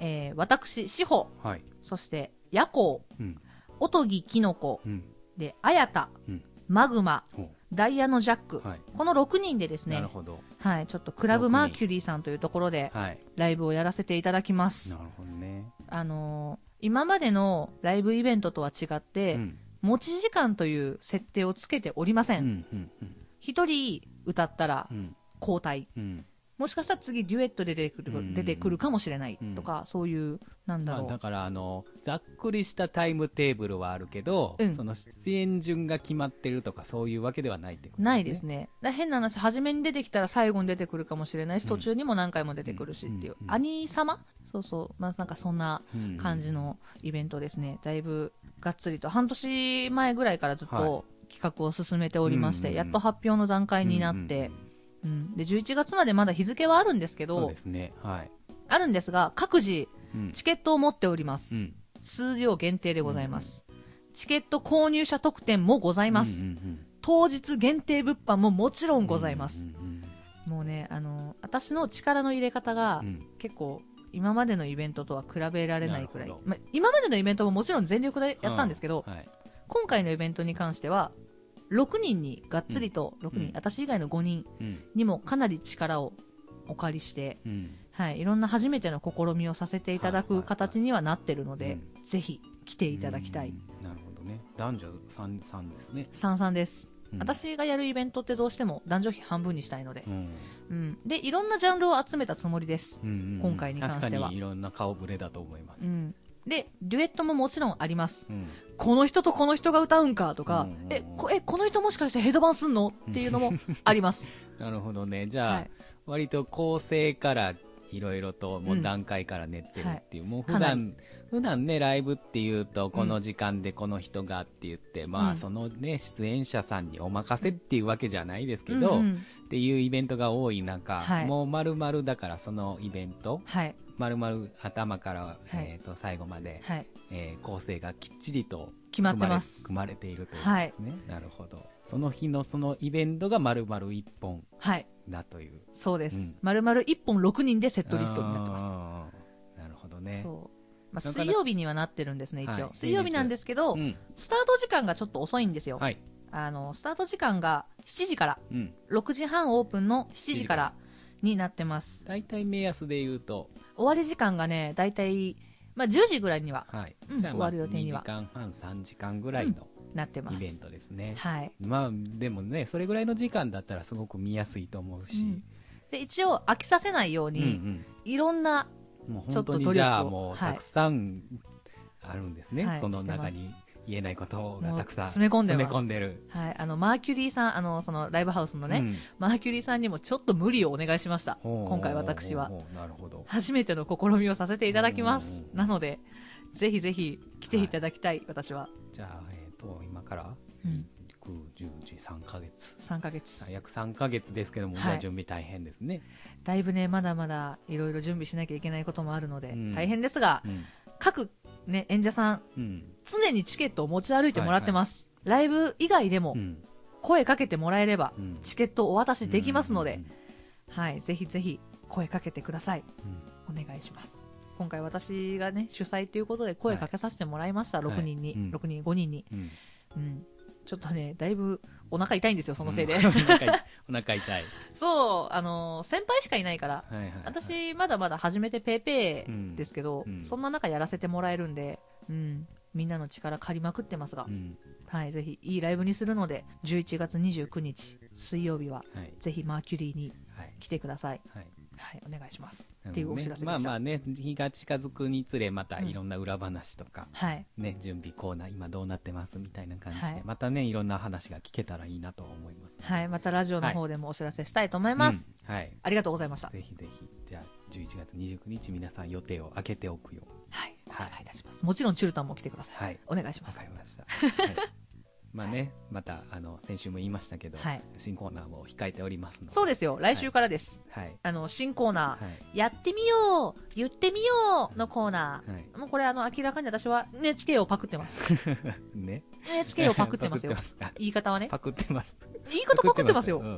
Speaker 2: えー私、志保、
Speaker 1: はい。
Speaker 2: そして、夜行、
Speaker 1: うん。
Speaker 2: おとぎきのこ、
Speaker 1: うん。
Speaker 2: で、あやた
Speaker 1: うん、
Speaker 2: マグマ、
Speaker 1: ほ
Speaker 2: ダイヤのジャック
Speaker 1: う。、はい。
Speaker 2: この6人でです
Speaker 1: な
Speaker 2: ね
Speaker 1: る、ほど。
Speaker 2: はい、ちょっとクラブマーキュリーさんというところで
Speaker 1: はい。
Speaker 2: ライブをやらせていただきま
Speaker 1: な
Speaker 2: す。
Speaker 1: るほどね。
Speaker 2: あのー今までのライブイベントとは違って、
Speaker 1: うん。
Speaker 2: 持ち時間という設定をつけておりませ。
Speaker 1: うんん。うん。うん
Speaker 2: 一、人歌ったら
Speaker 1: うん。
Speaker 2: 交代。
Speaker 1: うん。
Speaker 2: もしかしたら次デュエットで出てく
Speaker 1: うん
Speaker 2: る出てくるかもしれない
Speaker 1: うん
Speaker 2: とか、そういう、なんだ
Speaker 1: まあ、
Speaker 2: ろ
Speaker 1: だ
Speaker 2: う。
Speaker 1: から、あの、ざっくりしたタイムテーブルはあるけど、
Speaker 2: うん
Speaker 1: その出演順が決まってるとか、そういうわけではないってこと
Speaker 2: ないです
Speaker 1: ね。
Speaker 2: ね。だから変な話、初めに出てきたら最後に出てくるかもしれないし、
Speaker 1: うん
Speaker 2: 途中にも何回も出てくるしっていう
Speaker 1: う。んうん
Speaker 2: 兄様そうそう。まあなんかそんな
Speaker 1: うん
Speaker 2: 感じ。のイベントですね。だいぶがっつりと、半年前ぐらいからずっ
Speaker 1: は
Speaker 2: と企画を進めておりまし
Speaker 1: うん
Speaker 2: て、
Speaker 1: うん
Speaker 2: やっと発表の段階になっ
Speaker 1: うんうん、
Speaker 2: て
Speaker 1: うん
Speaker 2: うんで、11月までまだ日付はあるんですけ
Speaker 1: そう
Speaker 2: ど
Speaker 1: で、すね。はい。
Speaker 2: あるんですが、各自
Speaker 1: うん
Speaker 2: チケットを持っております
Speaker 1: う。ん。
Speaker 2: 数量限定でございます。チケット購入者特典もございます。
Speaker 1: うんうんうん
Speaker 2: 当日限定物販ももちろんございます。
Speaker 1: うんうん
Speaker 2: もうね、あの、私の力の入れ方が
Speaker 1: うんうん
Speaker 2: 結構今までのイベントとは比べられないくらい
Speaker 1: なるほ。
Speaker 2: まあ、今までのイベントももちろん全力でやったんですけど、
Speaker 1: はい。
Speaker 2: 今回のイベントに関しては、6人にがっつりと、6人、
Speaker 1: うん
Speaker 2: 私以外の5人
Speaker 1: うん。
Speaker 2: にもかなり力をお借りして、
Speaker 1: うん。
Speaker 2: はい、いろんな初めての試みをさせていただ
Speaker 1: はい
Speaker 2: く
Speaker 1: はいはい
Speaker 2: 形にはなってるので、
Speaker 1: う
Speaker 2: ぜひ来ていただきたい。
Speaker 1: うん。なるほどね。男女三三ですね。
Speaker 2: 三々です、
Speaker 1: うん、
Speaker 2: 私がやるイベントってどうしても男女比半分にしたいので
Speaker 1: う、ん、
Speaker 2: うん、でいろんなジャンルを集めたつもりです、
Speaker 1: うんうんうん
Speaker 2: 今回に関しては
Speaker 1: 確かにいろんな顔ぶれだと思います。
Speaker 2: うん、でデュエットももちろんあります
Speaker 1: うん
Speaker 2: この人とこの人が歌うんかとか、
Speaker 1: うんうんうん
Speaker 2: えこえこの人もしかしてヘドバンすんのっていう のもあります、
Speaker 1: なるほどね。じゃあ、
Speaker 2: はい、
Speaker 1: 割と構成からいろいろとも
Speaker 2: う
Speaker 1: うん段階から練ってるっていう、もう
Speaker 2: か
Speaker 1: 普
Speaker 2: な
Speaker 1: 段普段ねライブっていうとこの時間でこの人がって言って、ま
Speaker 2: うん
Speaker 1: あそのね出演者さんにお任せっていうわけじゃないですけど、
Speaker 2: うんうん
Speaker 1: っていうイベントが多い中、
Speaker 2: はい
Speaker 1: もう丸々だからそのイベント
Speaker 2: はい
Speaker 1: 丸々頭から、えー、と最後まで、
Speaker 2: はい
Speaker 1: えー構成がきっちりと
Speaker 2: 決まってます
Speaker 1: 組まれ組まれているということですね、なるほどその日のそのイベントが丸々一本
Speaker 2: はい
Speaker 1: だという
Speaker 2: そうです、
Speaker 1: うん
Speaker 2: 丸々1本6人でセットリストになってます
Speaker 1: す。なるほどね。
Speaker 2: そう、まあ、
Speaker 1: なかなか
Speaker 2: 水曜日にはなってるんですね一応、
Speaker 1: はい
Speaker 2: 水曜日なんですけど、
Speaker 1: うん
Speaker 2: スタート時間がちょっと遅いんですよ、
Speaker 1: はい。
Speaker 2: あのスタート時間が7時から
Speaker 1: うん。
Speaker 2: 6時半オープンの7時からになってます。
Speaker 1: 大体目安で言うと、
Speaker 2: 終わり時間がね、だいたい、まあ、10時ぐらいには
Speaker 1: はい。
Speaker 2: うん
Speaker 1: じゃあ、まあ、
Speaker 2: 終わる予
Speaker 1: 2
Speaker 2: 定に
Speaker 1: 時
Speaker 2: は
Speaker 1: 間半、3時間ぐらいの
Speaker 2: なってま
Speaker 1: イ
Speaker 2: す。
Speaker 1: ベントですね。
Speaker 2: はい。
Speaker 1: まあ、でもね、それぐらいの時間だったらすごく見やすいと思うし、
Speaker 2: うんで、一応飽きさせないよう
Speaker 1: うん
Speaker 2: に、
Speaker 1: うん
Speaker 2: いろんな、
Speaker 1: もう
Speaker 2: ちょ
Speaker 1: 本
Speaker 2: っと
Speaker 1: 当
Speaker 2: 努
Speaker 1: に
Speaker 2: 力を
Speaker 1: じゃあもう
Speaker 2: はい
Speaker 1: たくさんあるんですね、
Speaker 2: はい
Speaker 1: その中に言えないことがたくさん
Speaker 2: もう詰め込んでます
Speaker 1: 詰め込んでる。
Speaker 2: はい、あのマーキュリーさんあのそのライブハウスのね、
Speaker 1: うん
Speaker 2: マーキュリーさんにもちょっと無理をお願いしました
Speaker 1: ほう
Speaker 2: 今回私は
Speaker 1: ほうほうなるほど。
Speaker 2: 初めての試みをさせていただきます
Speaker 1: うん
Speaker 2: なのでぜひぜひ来ていただきたい、私は、
Speaker 1: じゃあ、えっ、と、今から、
Speaker 2: うん、
Speaker 1: 9、10、13ヶ月。
Speaker 2: 3ヶ月
Speaker 1: 約3ヶ月ですけども、
Speaker 2: はい
Speaker 1: まあ準備大変ですね。
Speaker 2: だいぶねまだまだいろいろ準備しなきゃいけないこともあるので、
Speaker 1: うん
Speaker 2: 大変ですが
Speaker 1: うん。
Speaker 2: 各、ね、演者さん
Speaker 1: うん。
Speaker 2: 常にチケットを持ち歩いてもらってます、ライブ以外でも
Speaker 1: うん。
Speaker 2: 声かけてもらえれば、
Speaker 1: うん
Speaker 2: チケットをお渡しできますので、はい、ぜひぜひ声かけてください
Speaker 1: うん。うん
Speaker 2: お願いします今回私がね主催ということで声かけさせてもらいました、
Speaker 1: はい
Speaker 2: 6人に、
Speaker 1: はいうん
Speaker 2: 6人5人に、
Speaker 1: うん。
Speaker 2: うん、ちょっとねだいぶお腹痛いんですよそのせいで、
Speaker 1: うんお腹いお腹痛い。
Speaker 2: そうあのー先輩しかいないから
Speaker 1: はいはいはい。
Speaker 2: 私まだまだ始めてペーペーですけど、
Speaker 1: うんうん
Speaker 2: そんな中やらせてもらえるんで、うん、みんなの力借りまくってますが、
Speaker 1: うん。
Speaker 2: はい、ぜひいいライブにするので11月29日水曜日は
Speaker 1: はい。
Speaker 2: ぜひマーキュリーに
Speaker 1: はい。
Speaker 2: 来てください、
Speaker 1: はい。
Speaker 2: はい、お願いします
Speaker 1: なのでね
Speaker 2: っていうお知らせでした、
Speaker 1: まあまあね、日が近づくにつれ、また
Speaker 2: うん
Speaker 1: いろんな裏話とか、
Speaker 2: はい、
Speaker 1: ね、準備コーナー、今どうなってますみたいな感じで、
Speaker 2: はい
Speaker 1: またね、いろんな話が聞けたらいいなと思います。
Speaker 2: はい、またラジオの方でもお知らせしたいと思い
Speaker 1: い
Speaker 2: ます、
Speaker 1: はい。
Speaker 2: ありがとうございました
Speaker 1: ぜひぜひ、じゃあ、11月29日、皆さん予定を開けておくように。
Speaker 2: はい、お
Speaker 1: は
Speaker 2: 願
Speaker 1: い
Speaker 2: いいたしますもちろんチュルタンも来てください、
Speaker 1: はい。
Speaker 2: お願いしま
Speaker 1: わ
Speaker 2: す
Speaker 1: かりま した。はいまあね、また、あの、先週も言いましたけど
Speaker 2: はい、
Speaker 1: 新コーナーも控えておりますので。
Speaker 2: そうですよ来週からです、
Speaker 1: はい。
Speaker 2: あの新コーナー、
Speaker 1: はい。
Speaker 2: やってみよう言ってみようのコーナー、
Speaker 1: はい。
Speaker 2: もうこれあの明らかに私は NHK をパクっ てます
Speaker 1: ね。
Speaker 2: NHK をパクってますよ
Speaker 1: パクってます
Speaker 2: 言い方はね
Speaker 1: パクってます。
Speaker 2: 言い方パクってますよ
Speaker 1: うんうんう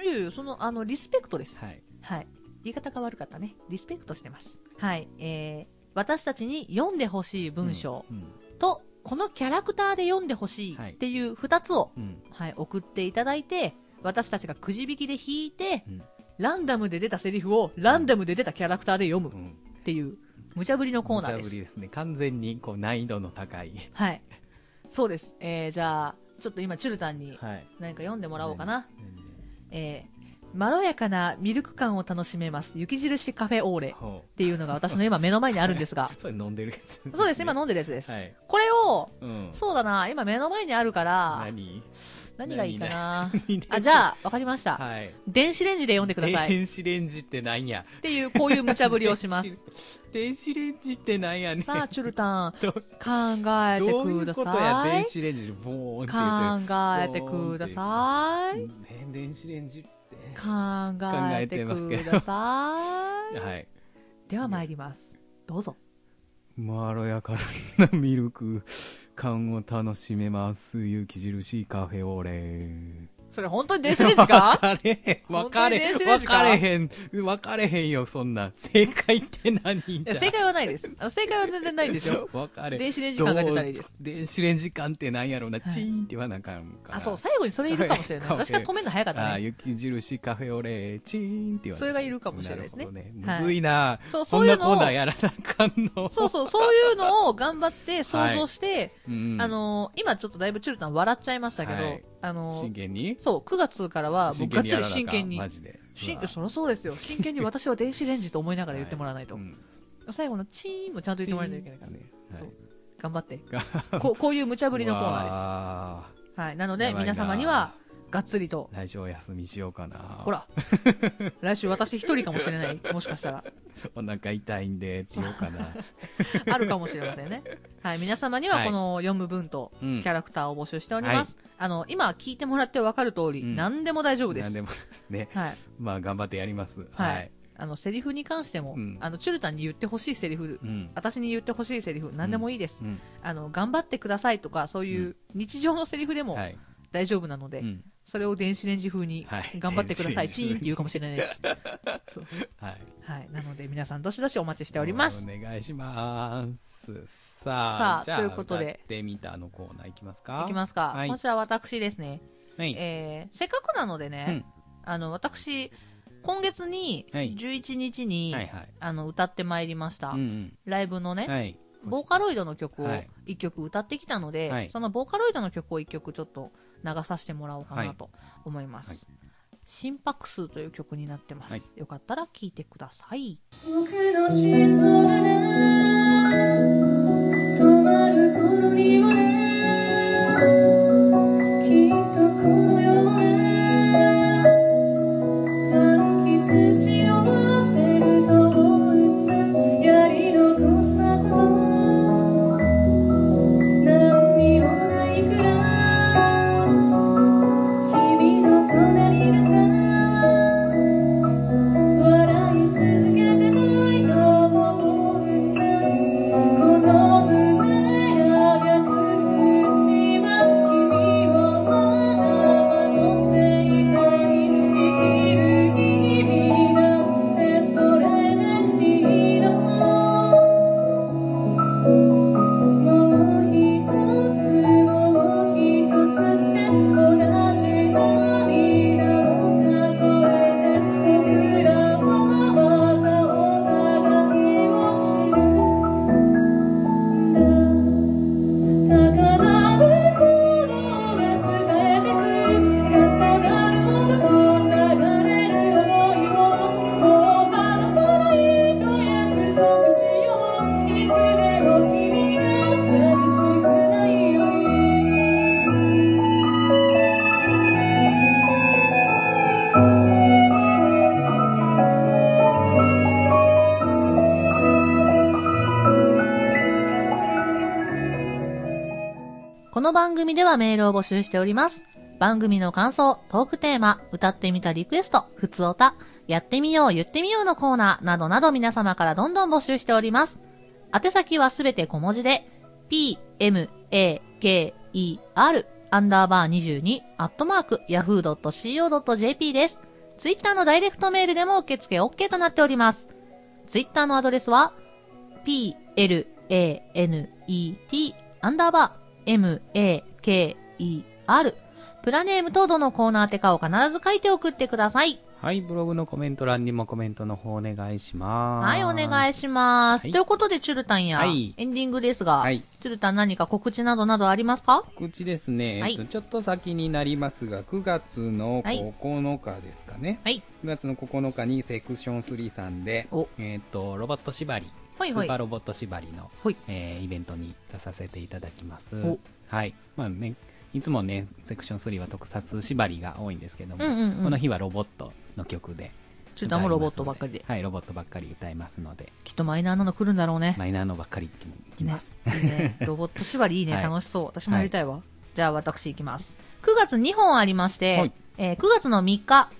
Speaker 1: ん
Speaker 2: いやいやそのあのリスペクトです
Speaker 1: はい。
Speaker 2: はい。言い方が悪かったね。リスペクトしてます。はい。えー、私たちに読んでほしい文章
Speaker 1: うん。
Speaker 2: と、このキャラクターで読んでほしい
Speaker 1: はい
Speaker 2: っていう二つを、
Speaker 1: うんうん。
Speaker 2: はい、送っていただいて、私たちがくじ引きで引いて、
Speaker 1: うん
Speaker 2: ランダムで出たセリフを、ランダムで出たキャラクターで読む
Speaker 1: うん
Speaker 2: っていう、無茶ぶりのコーナー
Speaker 1: 無
Speaker 2: で
Speaker 1: 茶ぶり
Speaker 2: す。
Speaker 1: ですね。完全にこう難易度の高い。
Speaker 2: はい。そうです。えー、じゃあ、ちょっと今、チュルタンに
Speaker 1: はい。
Speaker 2: 何か読んでもらおうかな。
Speaker 1: 何。何
Speaker 2: えー、まろやかなミルク感を楽しめます。雪印カフェオーレ。
Speaker 1: ほ
Speaker 2: っていうのが私の今目の前にあるんですが
Speaker 1: う。それ飲んでるやつ。
Speaker 2: そうです、今飲んでるやつです。
Speaker 1: はい。
Speaker 2: これを、
Speaker 1: うん。
Speaker 2: そうだな、今目の前にあるから、
Speaker 1: 何
Speaker 2: 何がいいかな。 あ、
Speaker 1: あ、
Speaker 2: じゃあ、わかりました、
Speaker 1: はい。
Speaker 2: 電子レンジで読んでくださ い。っ
Speaker 1: 電子レンジってなんや。
Speaker 2: ていう、こういう無茶ぶりをします。
Speaker 1: 電子レンジってなんやねん。
Speaker 2: さあ、チュルタン、
Speaker 1: ど
Speaker 2: 考えて
Speaker 1: どうい
Speaker 2: く
Speaker 1: う
Speaker 2: だ
Speaker 1: ことや、
Speaker 2: さ
Speaker 1: 電
Speaker 2: い。
Speaker 1: 子レンジでボーンって言
Speaker 2: 考えてください。
Speaker 1: って。ね、電子レンジって。
Speaker 2: 考えてくださ
Speaker 1: はい。
Speaker 2: い。では参ります。どうぞ。
Speaker 1: まろやかなミルク感を楽しめます。雪印カフェオレ。
Speaker 2: それ本当に電子レンジか
Speaker 1: 分かれへん。分かれへ
Speaker 2: 本当に電
Speaker 1: ん。
Speaker 2: 子レン
Speaker 1: 分
Speaker 2: ジか
Speaker 1: かれへん。分かれへんよ、そんなん。正解って何じ
Speaker 2: いや
Speaker 1: ゃ。
Speaker 2: 正解はない です。あの正解は全然ないんですよ。
Speaker 1: 分かれ
Speaker 2: 電子レンジ感が出たらいいです
Speaker 1: どう電子レンジ感ってなんやろうな。
Speaker 2: はい
Speaker 1: チーンって言わなあかんから。
Speaker 2: あ、そう、最後にそれいるかもしれない。
Speaker 1: はい
Speaker 2: 私が止めるの早かっ
Speaker 1: あ
Speaker 2: た
Speaker 1: あ、
Speaker 2: ね。
Speaker 1: 雪印カフェオレ、チーンって言われ
Speaker 2: それがいるかもしれないですね
Speaker 1: るほど
Speaker 2: はい
Speaker 1: むずいな、
Speaker 2: そう
Speaker 1: そ
Speaker 2: そういうんの
Speaker 1: な
Speaker 2: を
Speaker 1: コーナーやらなあかんの。
Speaker 2: そうそう、そういうのを頑張って想像して、
Speaker 1: うん
Speaker 2: あ、のー、今ちょっとだいぶチュルタン笑っちゃいましたけど、
Speaker 1: はい
Speaker 2: あのー
Speaker 1: 真剣に
Speaker 2: そう、9月からは、もうがっつり真剣に
Speaker 1: マ。ジで。
Speaker 2: 真
Speaker 1: うわ
Speaker 2: そりゃそうですよ。真剣に私は電子レンジと思いながら言ってもらわないと。
Speaker 1: うん
Speaker 2: 最後のチーンもちゃんと言ってもらわないといけないから。
Speaker 1: ね。
Speaker 2: そう頑張って
Speaker 1: 頑。
Speaker 2: こうこういう無茶ぶりのコーナー
Speaker 1: ーで
Speaker 2: です。はい。なの
Speaker 1: や
Speaker 2: で、
Speaker 1: ばいな
Speaker 2: 皆様には、がっつりと、
Speaker 1: 来週お休みしようかな。
Speaker 2: ほ。ら、来週私一人かもしれない。もしかしたら。
Speaker 1: お腹痛いんで、しようか な。
Speaker 2: あるかもしれませんね。はい、皆様にはこの読む文と
Speaker 1: う
Speaker 2: キ
Speaker 1: ん
Speaker 2: ャラクターを募集しております。あの、今聞いてもらって分かる通り、
Speaker 1: うん
Speaker 2: 何でも大丈夫で
Speaker 1: なん
Speaker 2: す。
Speaker 1: でも、ね。
Speaker 2: はい。
Speaker 1: まあ、頑張ってやります。
Speaker 2: はい
Speaker 1: はい。
Speaker 2: あの、セリフに関しても、
Speaker 1: うん
Speaker 2: あの、チュルタンに言ってほしいセリフ、
Speaker 1: うん。
Speaker 2: 私に言ってほしいセリフ、何でもいいです。
Speaker 1: うん
Speaker 2: あの、頑張ってくださいとか、そういうう日常のセリフでも
Speaker 1: はい。
Speaker 2: 大丈夫なので、
Speaker 1: うん
Speaker 2: それを電子レンジ風に
Speaker 1: はい、
Speaker 2: 頑張ってください、
Speaker 1: 電
Speaker 2: チ
Speaker 1: 子レンジ風に
Speaker 2: ーンって言うかもしれないし。そう
Speaker 1: はい。
Speaker 2: はい。なので、皆さん、どしどしお待ちしておりま
Speaker 1: お
Speaker 2: す。
Speaker 1: 願いします。さあ、
Speaker 2: さあ
Speaker 1: じゃあ
Speaker 2: ということで
Speaker 1: 歌ってみたのコーナーいきますか
Speaker 2: いきますか。
Speaker 1: はい
Speaker 2: こちら私ですね。
Speaker 1: はい。
Speaker 2: えーせっかくなのでね、あの私、今月に
Speaker 1: はい
Speaker 2: 11日に、
Speaker 1: はいはい。
Speaker 2: あの歌ってまいりました、
Speaker 1: うん
Speaker 2: ライブの
Speaker 1: う
Speaker 2: ね、
Speaker 1: ん。はい。
Speaker 2: ボーカロイドの曲を
Speaker 1: はい
Speaker 2: 1曲歌ってきたので、
Speaker 1: はい
Speaker 2: そのボーカロイドの曲を1曲ちょっと流させてもらおうか
Speaker 1: は
Speaker 2: ないと思います。心拍数という曲になってます。
Speaker 1: はい
Speaker 2: よかったら聴いてください。
Speaker 3: 僕の心臓がね止まる頃にはね
Speaker 2: の番組ではメールを募集しております。番組の感想、トークテーマ、歌ってみたリクエスト、ふつおた、やってみよう、言ってみようのコーナーなどなど皆様からどんどん募集しております。宛先はすべて小文字で、p, m, a, k, e, r, アンダーバー22、アットマーク、yahoo.co.jp です。ツイッターのダイレクトメールでも受付 OK となっております。ツイッターのアドレスは、planet アンダーバー maker プラネームとどのコーナーてかを必ず書いて送ってください。
Speaker 1: はい、ブログのコメント欄にもコメントの方お願いします。
Speaker 2: はい、お願
Speaker 1: い。
Speaker 2: いします。
Speaker 1: はい
Speaker 2: ということで、チュルタンや、
Speaker 1: はい
Speaker 2: エンディングですが、
Speaker 1: はい。
Speaker 2: チュルタン何か告知などなどありますか
Speaker 1: 告知ですね、
Speaker 2: はい
Speaker 1: えっと、ちょっと先になりますが、9月の
Speaker 2: はい
Speaker 1: 9日ですかね。
Speaker 2: はい。
Speaker 1: 9月の9日にセクション3さんで
Speaker 2: お、
Speaker 1: えっと、ロボット縛り、
Speaker 2: はいは
Speaker 1: スー
Speaker 2: い
Speaker 1: パー。ロボット縛りの、
Speaker 2: はい
Speaker 1: えーイベントに出させていただきます
Speaker 2: お。
Speaker 1: はい。まあね、いつもね、セクション3は特撮縛りが多いんですけども、
Speaker 2: うんうんうん
Speaker 1: この日はロボットの曲で
Speaker 2: チュルタンもロボットばっかりで。
Speaker 1: はい、ロボットばっかり歌いますの で、
Speaker 2: きっとマイナーなの来るんだろうね。
Speaker 1: マイナーのばっかりきます。
Speaker 2: いい ねロボット縛りいいね、
Speaker 1: はい
Speaker 2: 楽しそう。私もやりたいわ。じゃあ私行きます。9月2本ありまして、
Speaker 1: はい
Speaker 2: えー9月の3日、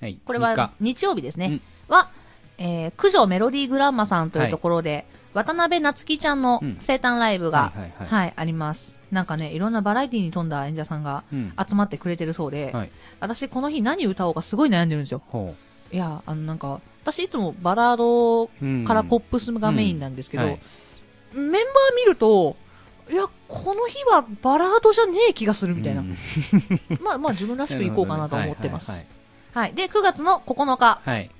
Speaker 1: はい。
Speaker 2: これ
Speaker 1: 三
Speaker 2: は
Speaker 1: 日
Speaker 2: 日曜日ですね、は、えー九条メロディーグランマさんというところで、渡辺夏樹ちゃんの
Speaker 1: うん
Speaker 2: 生誕ライブが、
Speaker 1: はいはい
Speaker 2: はい、
Speaker 1: はい。
Speaker 2: あります。なんかね、いろんなバラエティに富んだ演者さんが
Speaker 1: うん
Speaker 2: 集まってくれてるそうで、
Speaker 1: はい
Speaker 2: 私この日何歌おうかすごい悩んでるんですよ。
Speaker 1: ほ
Speaker 2: いや、あのなんか、私いつもバラード
Speaker 1: ううん
Speaker 2: からポップスがメインなんですけど、
Speaker 1: うんはい
Speaker 2: メンバー見ると、いや、この日はバラードじゃねえ気がするみたいな。
Speaker 1: うん
Speaker 2: まあまあ自分らしくいこうかなと思ってます。
Speaker 1: は
Speaker 2: はいいで、9月の9日、
Speaker 1: はいはい。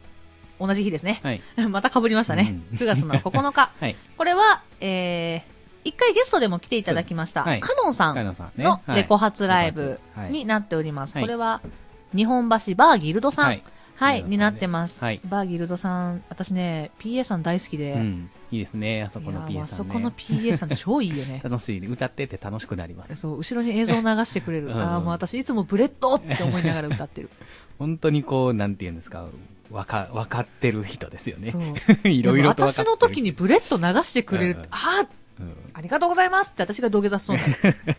Speaker 2: 同じ日ですね。
Speaker 1: はい
Speaker 2: また被りましたね。
Speaker 1: うん
Speaker 2: 9月の9日。
Speaker 1: はい
Speaker 2: これは、えー、1回ゲストでも来ていただきました、
Speaker 1: そうはい
Speaker 2: カノンさ
Speaker 1: はい。
Speaker 2: ん
Speaker 1: 野さんね
Speaker 2: のレコ発ライ
Speaker 1: レ
Speaker 2: ブ
Speaker 1: コ発
Speaker 2: になっております。
Speaker 1: はい
Speaker 2: これは、日本橋バーギルドさん。
Speaker 1: は
Speaker 2: はいい、
Speaker 1: はい
Speaker 2: になってます、
Speaker 1: はい
Speaker 2: バーギルドさん、私ね、PA さん大好きで、
Speaker 1: うんいいですね、あそこの
Speaker 2: いや
Speaker 1: PA
Speaker 2: あ
Speaker 1: さ
Speaker 2: そ
Speaker 1: ん
Speaker 2: こ
Speaker 1: ね。
Speaker 2: の。PA さん超いいよね
Speaker 1: 楽しいね。歌ってて楽しくなります。
Speaker 2: そう、後ろに映像を流してくれ
Speaker 1: うん
Speaker 2: る。ああ、もう私いつもブレッドって思いながら歌ってる。
Speaker 1: 本当にこう、なんて言うんですか、わか、わかってる人です よね
Speaker 2: そ。う。
Speaker 1: いろいろとわかってる
Speaker 2: 私
Speaker 1: 人
Speaker 2: の時に、ブレッド流してくれるって
Speaker 1: うん
Speaker 2: ああ、
Speaker 1: うん
Speaker 2: ありがとうございますって私が土下座しそうにな る。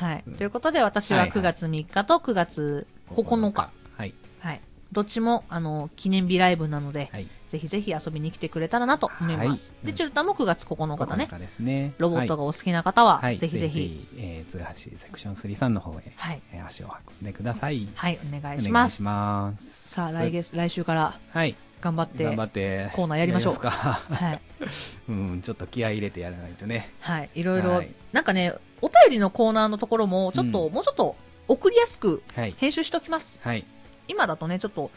Speaker 2: はい。ということで私
Speaker 1: は
Speaker 2: はい
Speaker 1: はい
Speaker 2: 9月3日と9月9日。。
Speaker 1: はい。
Speaker 2: はい。どっちも、あの、記念日ライブなので、
Speaker 1: はい。
Speaker 2: ぜひぜひ遊びに来てくれたらなと思います。
Speaker 1: はい
Speaker 2: で、チュルタも9月9日だね
Speaker 1: 9。日ですね。
Speaker 2: ロボッ
Speaker 1: が、
Speaker 2: トがお好きな方は、
Speaker 1: はい。
Speaker 2: ぜひぜ
Speaker 1: ぜ
Speaker 2: ひ。
Speaker 1: ひ、えー鶴橋セクション3さんの方へ、
Speaker 2: はい。
Speaker 1: えー足を運んでください。
Speaker 2: はい、お願いし
Speaker 1: お願
Speaker 2: ま
Speaker 1: い
Speaker 2: す
Speaker 1: し。ます。
Speaker 2: さあ、来。月、来週から
Speaker 1: はい。
Speaker 2: 頑張って
Speaker 1: 頑、張って。
Speaker 2: コーナーやりましょう
Speaker 1: やりますか。
Speaker 2: はい。
Speaker 1: うん、ちょっと気合い入れてやらないとね。
Speaker 2: はい。いろいろ、
Speaker 1: はい
Speaker 2: なんかね、お便りのコーナーのところも、ちょっと、
Speaker 1: うん
Speaker 2: もうちょっと、送りやすく
Speaker 1: はい。
Speaker 2: 編集しておきます。
Speaker 1: はい。
Speaker 2: 今だとね、ちょっと、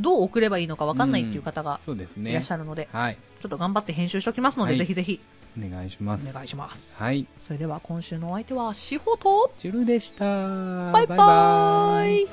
Speaker 2: どう送ればいいのかわかんないっていう方が
Speaker 1: そうですね。
Speaker 2: いらっしゃるので、
Speaker 1: はい。
Speaker 2: ちょっと頑張って編集しておきますので、
Speaker 1: はい
Speaker 2: ぜひぜひ、
Speaker 1: お願いします。
Speaker 2: お願いします。
Speaker 1: はい。
Speaker 2: それでは、今週のお相手は、しほと、
Speaker 1: チュルでした。
Speaker 2: バイバーイ